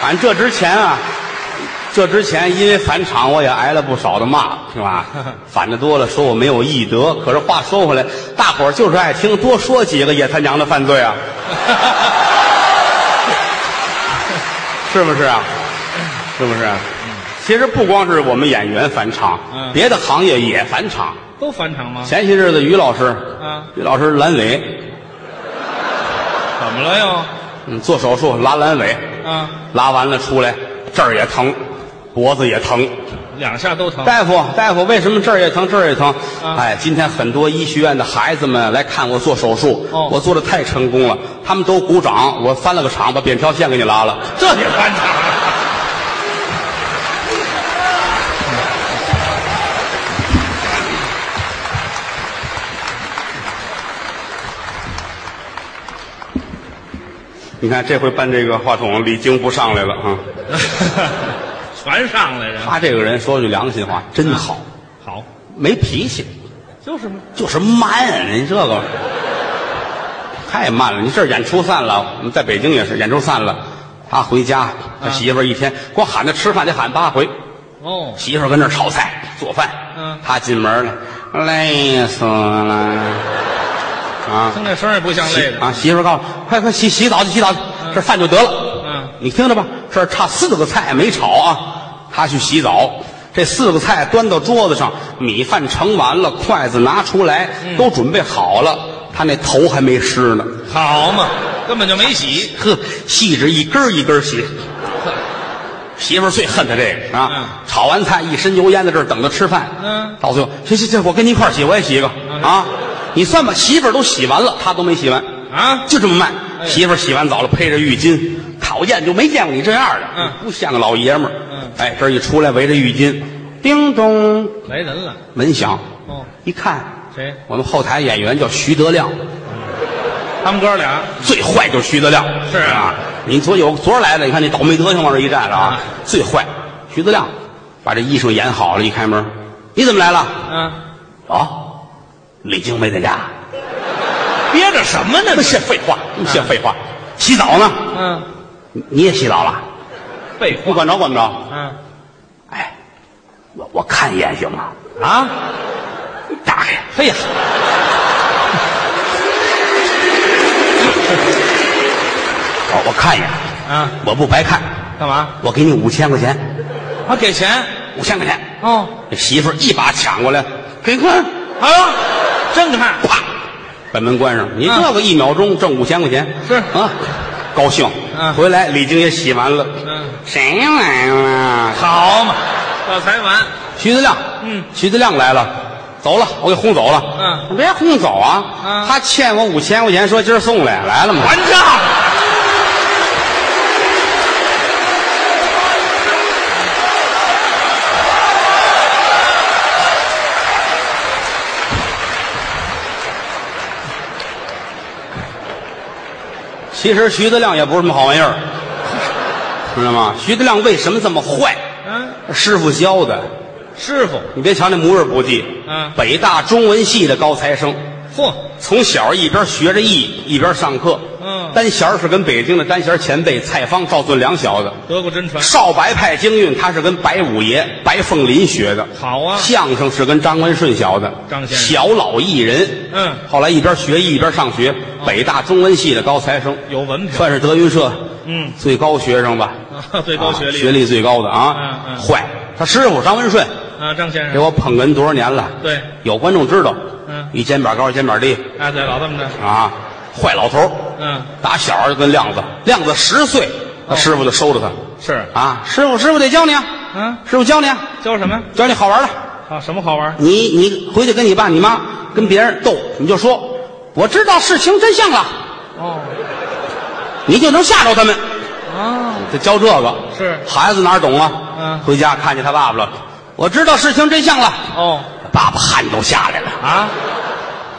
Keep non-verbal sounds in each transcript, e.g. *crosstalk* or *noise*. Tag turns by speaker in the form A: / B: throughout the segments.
A: 反正这之前啊，这之前因为返场，我也挨了不少的骂，是吧？反的多了，说我没有艺德。可是话说回来，大伙儿就是爱听，多说几个也他娘的犯罪啊，是不是啊？是不是啊？其实不光是我们演员返场，
B: 嗯
A: 别的行业也返场。
B: 都返场吗？
A: 前些日子，于老师，
B: 啊
A: 于老师阑尾，
B: 怎么了又？
A: 嗯，做手术拉阑尾，
B: 啊，
A: 拉完了出来，这儿也疼，脖子也疼。
B: 两下都疼。
A: 大夫，大夫，为什么这儿也疼，这儿也疼？
B: 啊
A: 哎，今天很多医学院的孩子们来看我做手术，
B: 哦
A: 我做的太成功了，他们都鼓掌，我翻了个场，把扁条线给你拉了。
B: 这也返场？
A: 你看这回搬这个话筒，李菁不上来了啊！
B: 全上来人。
A: 他这个人说句良心话，真好，
B: 好，
A: 没脾气，
B: 就是嘛。
A: 就是慢。您这个太慢了，你这儿演出散了，我们在北京也是演出散了。他回家，
B: 啊
A: 他媳妇儿一天光喊他吃饭得喊八回，
B: 哦，
A: 媳妇儿跟那儿炒菜做饭，
B: 嗯
A: 他进门了，累死了，啊，
B: 听这声儿也不像累的。
A: 啊，媳妇儿告诉我快快洗洗澡去，洗澡去，这饭就得了。
B: 嗯
A: 你听着吧，这儿差四个菜没炒啊，他去洗澡。这四个菜端到桌子上，米饭盛完了，筷子拿出来，
B: 嗯
A: 都准备好了。他那头还没湿呢，
B: 好嘛，根本就没洗。
A: 呵，细致一根儿一根儿洗。媳妇儿最恨他这个啊！
B: 嗯
A: 炒完菜一身油烟在这儿等着吃饭，
B: 嗯
A: 到最后行行行，我跟你一块儿洗，我也洗一个啊！你算吧，媳妇儿都洗完了，他都没洗完
B: 啊
A: 就这么慢。
B: 哎
A: 媳妇儿洗完澡了，披着浴巾，讨厌，就没见过你这样的，
B: 嗯
A: 不像个老爷们儿。
B: 嗯
A: 哎，这儿一出来围着浴巾，叮咚，
B: 来人了。
A: 门响，
B: 哦，
A: 一看，
B: 谁？
A: 我们后台演员叫徐德亮，
B: 他们哥俩。
A: 最坏就是徐德亮，
B: 是啊
A: 啊，你昨有昨儿来的，你看你倒霉德行往这一站了啊
B: 啊，
A: 最坏徐德亮，把这衣裳演好了，一开门，你怎么来了？
B: 啊，
A: 啊，李菁没在家，
B: 憋着什么呢啊
A: 那？些废话，那些废话，洗澡呢？
B: 嗯，
A: 你你也洗澡了？
B: 废
A: 不
B: 话。
A: 管着管不着？
B: 嗯
A: 哎，我我看一眼行吗？
B: 啊，
A: 打开，
B: 嘿呀，
A: 哦我我看一眼，
B: 啊，
A: 我不白看，
B: 干嘛？
A: 我给你五千块钱，
B: 还给钱？
A: 五千块钱。
B: 哦，
A: 这媳妇儿一把抢过来，给你看。
B: 啊，真看。
A: 啪，把门关上。你这个一秒钟挣五千块钱，
B: 啊是
A: 啊，高兴。
B: 嗯
A: 回来李菁也洗完了。
B: 嗯，
A: 谁来了？啊
B: 好嘛，这才完。
A: 徐德亮。
B: 嗯，
A: 徐德亮来了，走了，我给轰走了。
B: 嗯，
A: 别轰走啊。
B: 嗯
A: 他欠我五千块钱，说今儿送来，来了吗？
B: 还账。
A: 其实徐德亮也不是什么好玩意
B: *laughs*
A: 儿，知道吗？徐德亮为什么这么坏？
B: 嗯，
A: 师傅教的。
B: 师傅，
A: 你别瞧那模样不济，
B: 嗯
A: 北大中文系的高材生。
B: 嚯，
A: 从小一边学着艺，一边上课。
B: 嗯
A: 单弦儿是跟北京的单弦儿前辈蔡方、赵俊良学的。
B: 得过真传。
A: 少白派京韵，他是跟白五爷白凤林学的。
B: 好啊
A: 相声是跟张文顺学的。
B: 张先生
A: 小老艺人，
B: 嗯哦
A: 后来一边学艺一边上学，北大中文系的高材生，
B: 有文凭
A: 算是德云社
B: 嗯
A: 最高学生吧，
B: 啊，最高学
A: 啊
B: 历。
A: 学历最高的啊
B: 嗯。嗯
A: 坏，他师傅张文顺
B: 啊，张先
A: 给
B: 生。
A: 我捧哏多少年了？
B: 对
A: 有观众知道，
B: 嗯
A: 一肩膀高，一肩膀低。
B: 啊，对，老这么着。
A: 啊，坏老头儿
B: 嗯，
A: 打小就跟亮子，亮子十岁，他
B: 哦
A: 师傅就收着他。
B: 是。
A: 啊，师傅，师傅得教你啊，
B: 嗯
A: 师傅教你啊，
B: 教什么？
A: 教你好玩的。
B: 啊，什么好玩？
A: 你你回去跟你爸你妈跟别人斗，你就说我知道事情真相了，
B: 哦，
A: 你就能吓着他们。
B: 啊，
A: 就教这个
B: 是
A: 孩子哪懂啊？
B: 嗯
A: 回家看见他爸爸了，我知道事情真相了，
B: 哦，
A: 爸爸汗都下来了。
B: 啊，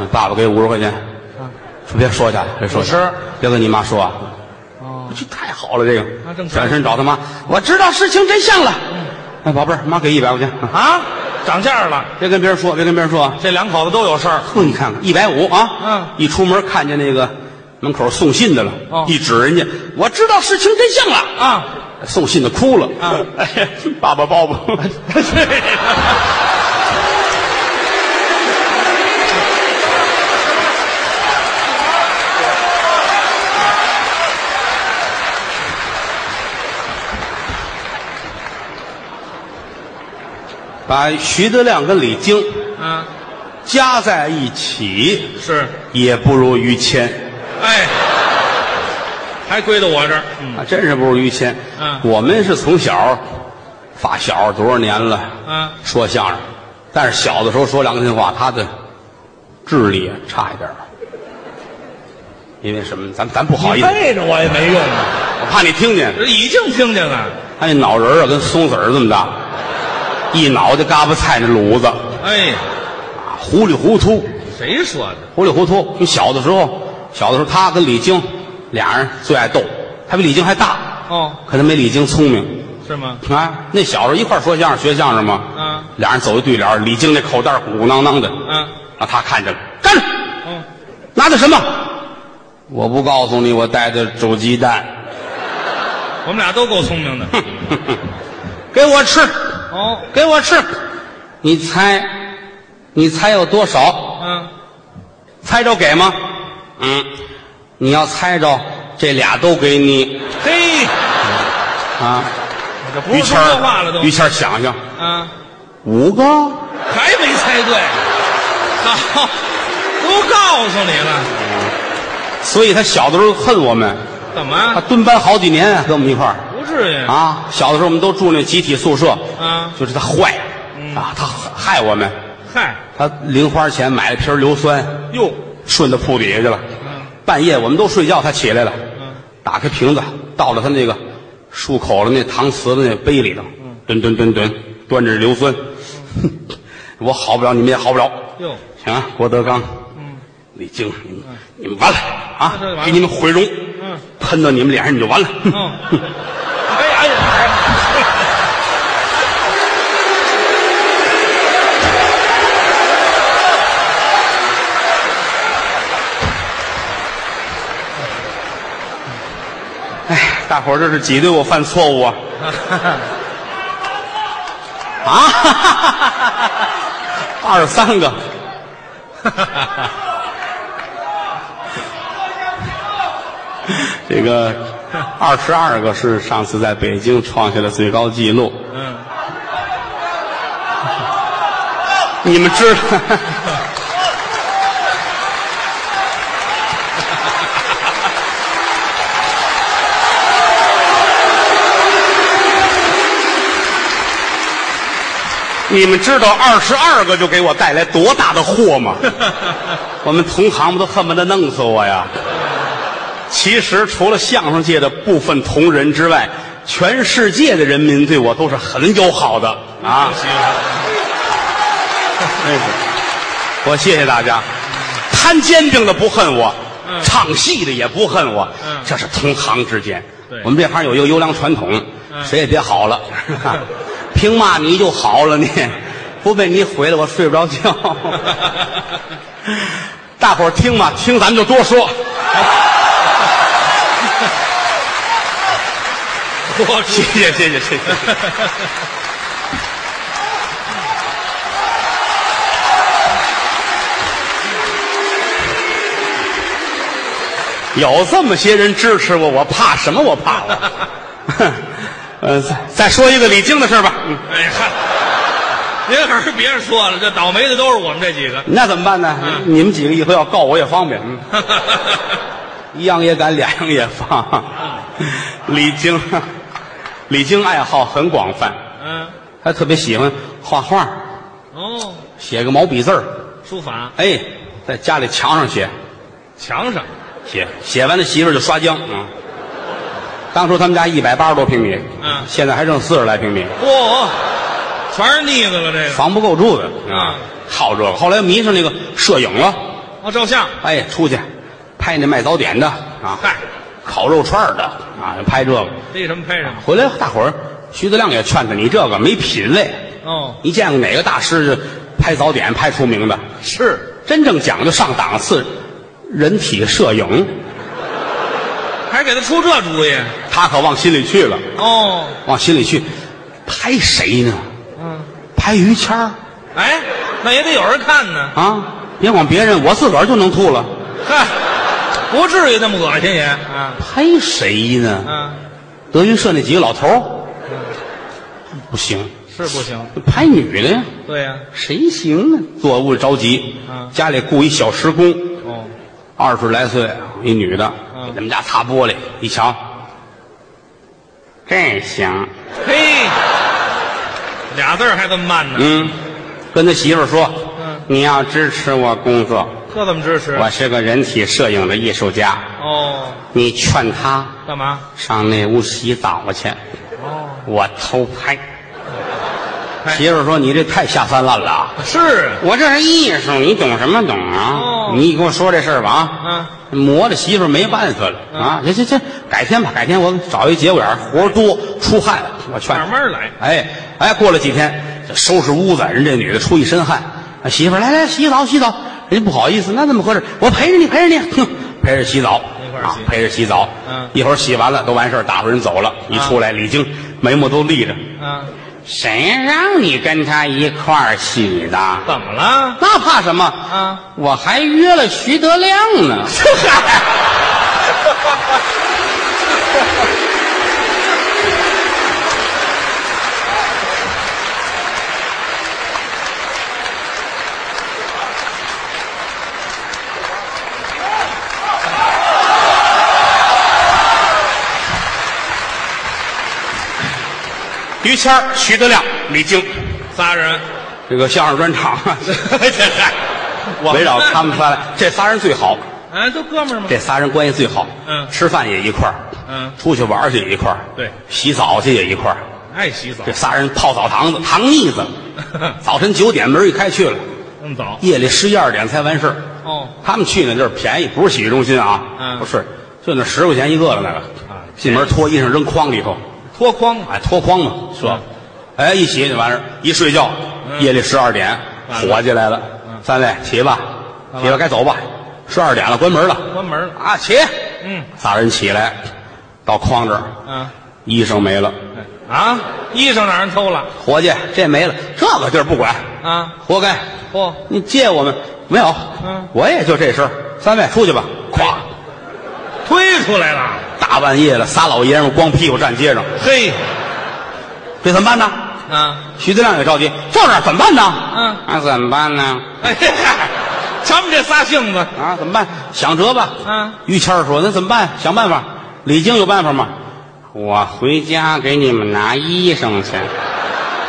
A: 嗯爸爸给五十块钱，
B: 嗯
A: 说别说去啊，别说去啊，别跟你妈说啊。
B: 哦，
A: 这太好了，这个
B: 啊挣钱
A: 转身找他妈，我知道事情真相了。
B: 嗯
A: 哎，宝贝儿，妈给一百块钱，啊
B: 啊，涨价了。
A: 别跟别人说，别跟别人说啊。
B: 这两口子都有事儿。
A: 呵，你看看一百五啊，
B: 嗯
A: 一出门看见那个门口送信的了，
B: 哦
A: 一指人家，我知道事情真相了。
B: 啊，
A: 送信的哭了。
B: 啊
A: 哎呀，爸爸抱抱。
B: *laughs*
A: 把徐德亮跟李菁
B: 啊，
A: 加在一起，
B: 是，
A: 也不如于谦
B: 哎，还归到我这儿，嗯
A: 啊，真是不如于谦。
B: 嗯
A: 我们是从小发小多少年了，
B: 啊，
A: 说相声，但是小的时候说良心话，他的智力啊差一点儿因为什么？咱咱不好意思，
B: 背着我也没用啊，
A: 我怕你听见。
B: 这已经听见了，
A: 他那脑仁儿啊，跟松子儿这么大，一脑袋嘎巴菜那卤子，
B: 哎，
A: 啊糊里糊涂，
B: 谁说的？
A: 糊里糊涂。你小的时候，小的时候他跟李菁俩人最爱斗，他比李菁还大，
B: 哦，
A: 可他没李菁聪明。
B: 是吗？
A: 啊，那小时候一块儿说相声、学相声嘛，
B: 嗯
A: 俩人走一对联儿，李菁那口袋儿鼓鼓囊囊的，
B: 嗯，
A: 让他看见了，干，
B: 哦，
A: 拿的什么？我不告诉你，我带的煮鸡蛋，
B: 我们俩都够聪明的，
A: 给我吃，
B: 哦，
A: 给我吃，你猜，你猜有多少？
B: 嗯，
A: 猜着给吗？嗯，你要猜着，这俩都给你
B: 嘿，
A: 啊。
B: 这不
A: 于
B: 是
A: 谦儿
B: 说
A: 啊
B: 这话了都
A: 于，谦儿想想，
B: 啊，
A: 五个。
B: 还没猜对，好，都告诉你了，
A: 所以他小的时候恨我们，
B: 怎
A: 他
B: 么？
A: 蹲班好几年啊跟我们一块儿。
B: 不至于，
A: 啊，小的时候我们都住那集体宿舍，
B: 嗯
A: 就是他坏，啊，他害我们，
B: 嗨，
A: 他零花钱买了瓶硫酸，
B: 哟，
A: 顺到铺底下去了。
B: 嗯
A: 半夜我们都睡觉，他起来了，
B: 嗯，
A: 打开瓶子倒到他那个漱口的那搪瓷的那杯里头，吨吨吨吨，端着硫酸， *laughs* 哼我好不了，你们也好不了。
B: 哟，
A: 行啊，郭德纲，
B: 嗯
A: 李菁，你们你们完了
B: 那这就完
A: 啊，
B: 了
A: 给你们毁容，
B: 嗯，
A: 喷到你们脸上你就完了。哼
B: 嗯，哎呀哎呀哎呀，
A: 大伙儿这是挤兑我犯错误啊！啊，二十三个，这个二十二个是上次在北京创下的最高纪录。
B: 嗯，
A: 你们知道？ *laughs* 你们知道二十二个就给我带来多大的祸吗？我们同行们都恨不得弄死我呀！其实除了相声界的部分同仁之外，全世界的人民对我都是很友好的啊
B: 不！行，
A: 真是，我谢谢大家。摊煎饼的不恨我，
B: 嗯
A: 唱戏的也不恨我，
B: 嗯
A: 这是同行之间。
B: 对
A: 我们这行有一个优良传统，
B: 嗯
A: 谁也别好了， *laughs* 凭骂你就好了你，不被你毁了我睡不着
B: *laughs*
A: 觉。大伙儿听嘛，听咱们就多说。
B: 我
A: 谢谢
B: 去，
A: 谢谢 *laughs* 谢谢。有这么些人支持我，我怕什么？我怕我。 *laughs* 呃，再再说一个李菁的事儿吧。嗯
B: 哎嗨，您还是别说了，这倒霉的都是我们这几个， *laughs*
A: 那怎么办呢？你们几个以后要告我也方便，嗯一样也敢，两样也放。嗯李菁，李菁爱好很广泛，
B: 嗯，
A: 他特别喜欢画画，
B: 哦，
A: 写个毛笔字儿，
B: 书法
A: 哎，在家里墙上写，
B: 墙上，
A: 写写完了媳妇儿就刷浆啊、嗯当初他们家一百八十多平米，
B: 嗯
A: 现在还剩四十来平米，
B: 嚯、全是腻子了这个，
A: 房不够住的
B: 啊，
A: 好这个。后来迷上那个摄影了，
B: 哦，照相，
A: 哎，出去拍那卖早点的啊，
B: 嗨，
A: 烤肉串儿的啊，拍这个。
B: 逮什么拍什么，
A: 回来大伙儿，徐德亮也劝他，你这个没品位，
B: 哦，
A: 你见过哪个大师拍早点拍出名的？
B: 是，
A: 真正讲究上档次，人体摄影。
B: 还给他出这主意，
A: 他可往心里去了，
B: 哦，
A: 往心里去，拍谁呢？
B: 嗯，
A: 拍于谦儿
B: 哎，那也得有人看呢。
A: 啊！别管别人，我自个儿就能吐了。
B: 嗨，不至于那么恶心也啊
A: 拍谁呢？
B: 啊，
A: 德云社那几个老头儿不行，
B: 是不行。
A: 拍女的呀，
B: 对呀、
A: 谁行啊？坐屋里着急
B: 嗯，
A: 家里雇一小时工，
B: 哦，
A: 二十来岁，一女的，
B: 嗯
A: 给他们家擦玻璃，一瞧，这行，
B: 嘿，俩字儿还这么慢呢？
A: 嗯，跟他媳妇儿说，
B: 嗯
A: 你要支持我工作，
B: 这怎么支持？啊
A: 我是个人体摄影的艺术家，
B: 哦，
A: 你劝他
B: 干嘛？
A: 上那屋洗澡去，
B: 哦，
A: 我偷拍。
B: 拍
A: 媳妇儿说：“你这太下三滥了啊，
B: 是啊
A: 我这是艺术，你懂什么懂啊？
B: 哦
A: 你给我说这事儿吧啊！
B: 啊，
A: 磨着媳妇儿没办法了、啊！行行行，改天吧，改天我找一节骨眼儿，活儿多出汗，我劝
B: 慢慢来。
A: 哎哎，过了几天，这收拾屋子，人这女的出一身汗，啊媳妇儿来来洗澡洗澡，人家不好意思，那怎么合适？我陪着你陪着你，哼，陪着洗澡
B: 一块儿
A: 啊
B: 洗，
A: 陪着洗澡。
B: 嗯
A: 一会儿洗完了都完事儿，打发人走了。一出来，李菁眉毛都立着，
B: 啊，
A: 谁让你跟他一块儿洗的？
B: 怎么了？
A: 那怕什么？
B: 啊，
A: 我还约了徐德亮呢。于谦儿、徐德亮、李菁，
B: 仨人，
A: 这个相声专
B: *laughs*
A: 场，
B: 我
A: 围绕他们仨来，这仨人最好，
B: 哎，都哥们儿嘛。
A: 这仨人关系最好。
B: 嗯
A: 吃饭也一块儿，
B: 嗯
A: 出去玩儿去也一块儿，
B: 对
A: 洗澡去也一块儿。
B: 爱洗澡
A: 这，仨人泡澡堂子，堂腻子，早晨九点门一开去了，
B: *laughs* 那么早？
A: 夜里十一二点才完事儿。
B: 哦，
A: 他们去那地儿便宜，不是洗浴中心啊，
B: 嗯
A: 不是，就那十块钱一个的那个，
B: 啊
A: 进门脱衣裳扔筐里头，
B: 脱筐啊，
A: 哎，脱筐嘛，是吧？哎，一洗就完事儿，一睡觉，
B: 嗯
A: 夜里十二点，
B: 完了
A: 伙计来了，
B: 嗯
A: 三位起吧，
B: 干嘛
A: 起吧，该走吧，十二点了，关门了，
B: 关门了。
A: 啊，起，
B: 嗯
A: 仨人起来，到筐这儿，
B: 啊
A: 衣裳没了，
B: 啊，衣裳让人偷了
A: 伙计这没了，这个地儿不管，
B: 啊？
A: 活该，
B: 嚯，
A: 你借我们没有？
B: 嗯
A: 我也就这身儿三位出去吧，咵，
B: 推出来了。
A: 大半夜了，仨老爷们儿光屁股站街上，
B: 嘿，
A: 这怎么办呢？
B: 啊，
A: 徐德亮也着急，照这儿怎么办呢？
B: 嗯
A: 啊，怎么办呢？
B: 哎，咱们这仨性子
A: 啊，怎么办？想辙吧。
B: 嗯，
A: 于谦儿说：“那怎么办？想办法。”李菁有办法吗？我回家给你们拿衣裳去。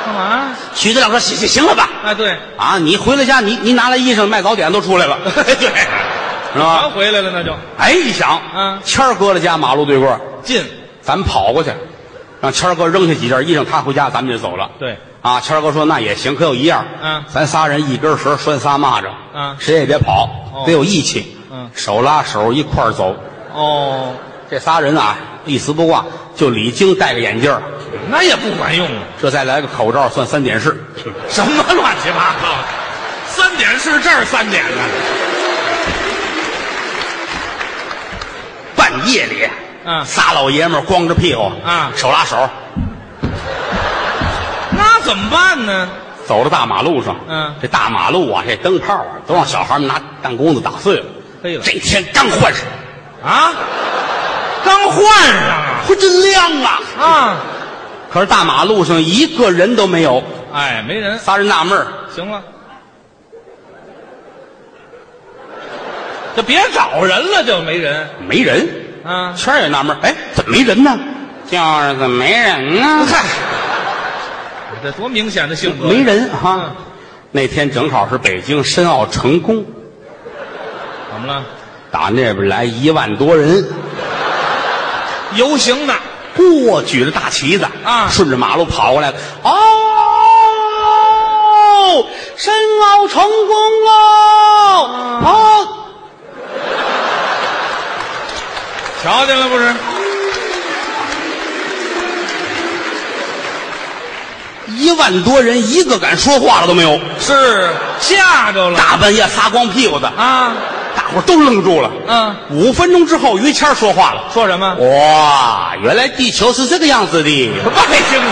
B: 干嘛？
A: 徐德亮说：“行行行了吧？
B: 啊，对， *laughs*
A: 啊，你回了家，你你拿来衣裳，卖早点都出来了，
B: 对，
A: 是
B: 全
A: 吧？
B: 回来了，那就
A: 哎，一想，
B: 嗯
A: 谦儿哥的家马路对过，
B: 进。
A: 咱们跑过去，让谦儿哥扔下几件衣裳，他回家，咱们就走了。
B: 对，
A: 啊，谦儿哥说那也行，可有一样，
B: 嗯
A: 咱仨人一根绳拴仨蚂蚱，
B: 嗯
A: 谁也别跑，
B: 哦
A: 得有义气，
B: 嗯
A: 手拉手一块儿走。
B: 哦，
A: 这仨人啊，一丝不挂，就李菁戴个眼镜儿
B: 那也不管用啊，
A: 这再来个口罩，算三点式。
B: *laughs* 什么乱七八糟的。三点是这儿三点呢，
A: 半夜里，
B: 嗯
A: 仨老爷们儿光着屁股，
B: 啊
A: 手拉手
B: 那怎么办呢？
A: 走到大马路上，
B: 嗯
A: 这大马路啊，这灯泡啊，都让小孩们拿弹弓子打碎了。
B: 黑了
A: 这天刚换上，
B: 啊，刚换上啊
A: 嚯，真亮啊！
B: 啊！
A: 可是大马路上一个人都没有，
B: 哎，没人，
A: 仨人纳闷儿
B: 行了，就别找人了，就没人
A: 没人。
B: 啊。
A: 谦儿也纳闷儿哎，怎么没人呢？就是怎么没人呢？
B: 这多明显的性格，
A: 没人哈。那天正好是北京申奥成功，
B: 怎么了？
A: 打那边来一万多人，
B: 游行呢？
A: 嚯，举着大旗子
B: 啊
A: 顺着马路跑过来了。哦，申奥成功喽！哦，
B: 瞧见了不是？
A: 一万多人一个敢说话的都没有，
B: 是吓着了
A: 大半夜撒光屁股的，
B: 啊！
A: 大伙儿都愣住了。
B: 嗯，
A: 五分钟之后，于谦儿说话了
B: 说什么：“？
A: 哇，原来地球是这个样子的。
B: *laughs* 外星人。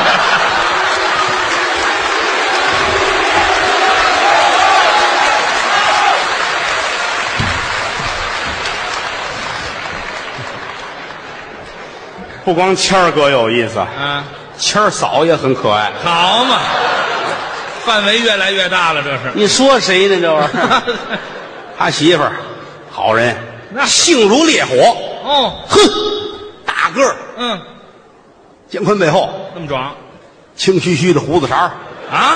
A: 不光谦儿哥有意思，
B: 嗯，
A: 谦儿嫂也很可爱。
B: 好嘛，范围越来越大了，这是。
A: 你说谁呢？这玩意儿， *laughs* 他媳妇儿好人，
B: 那
A: 性如烈火，
B: 哦，
A: 哼，大个儿，
B: 嗯，
A: 肩宽背后，
B: 那么壮
A: 青须须的胡子茬儿，
B: 啊？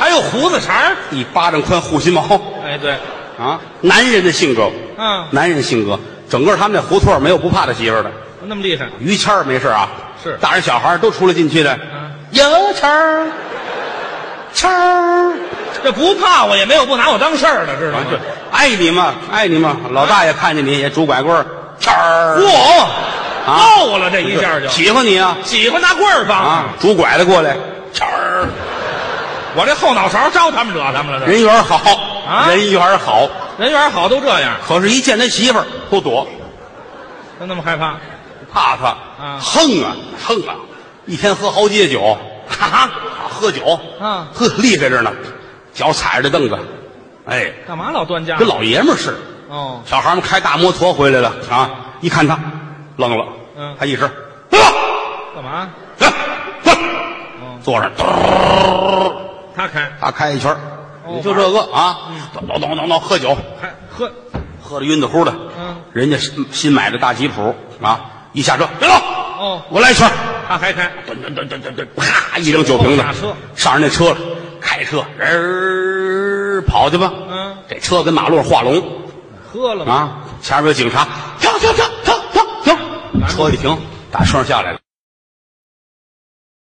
B: 还有胡子茬儿？
A: 一巴掌宽护心毛
B: 哎，对，
A: 啊！男人的性格，
B: 嗯
A: 男人性格，整个他们那胡同儿没有不怕他媳妇儿的。
B: 那么厉害。
A: 于谦儿没事啊，
B: 是
A: 大人小孩儿都出来进去的
B: 嗯，
A: 有谦儿，谦儿。
B: 这不怕我，也没有不拿我当事儿的，知道
A: 啊，对
B: 吗？，
A: 爱你嘛，爱你嘛！老大爷看见你也拄拐棍儿，天儿，
B: 嚯，
A: 啊
B: 哦够了，这一下就
A: 喜欢你啊
B: 喜欢拿棍儿方
A: 啊！拄拐子过来，天儿，
B: 我这后脑勺招他们惹他们了，这
A: 人缘好
B: 啊
A: 人缘好。
B: 人缘好都这样，
A: 可是，一见他媳妇儿都躲，
B: 都那么害怕
A: 怕他
B: 啊
A: 横啊横啊，一天喝好几夜酒，哈
B: 啊
A: 哈， *laughs* 喝酒，
B: 嗯
A: 呵，厉害着呢，脚踩着凳子，哎，
B: 干嘛老端架子
A: 跟？老爷们儿似的。
B: 哦，
A: 小孩们开大摩托回来了啊，一看他，愣了，
B: 嗯
A: 他一直，啊。
B: 干嘛？
A: 来
B: 嗯
A: 来，坐上，嘟
B: 他开
A: 他开一圈儿
B: 哦，嗯
A: 你就这个啊，咚咚咚咚咚喝酒，
B: 还喝，
A: 喝的晕的乎的。
B: 嗯，
A: 人家新新买的大吉普啊，一下车，别动，
B: 哦
A: 我来一圈儿，
B: 他还开，
A: 噔噔噔噔噔噔，啪，一扔酒瓶子
B: 哦下车，
A: 上人那车了，开车人儿跑去吧。
B: 嗯，
A: 这车跟马路上画龙
B: 喝了吗？
A: 啊，前面有警察，停停停停停停，车一停，打车上下来了，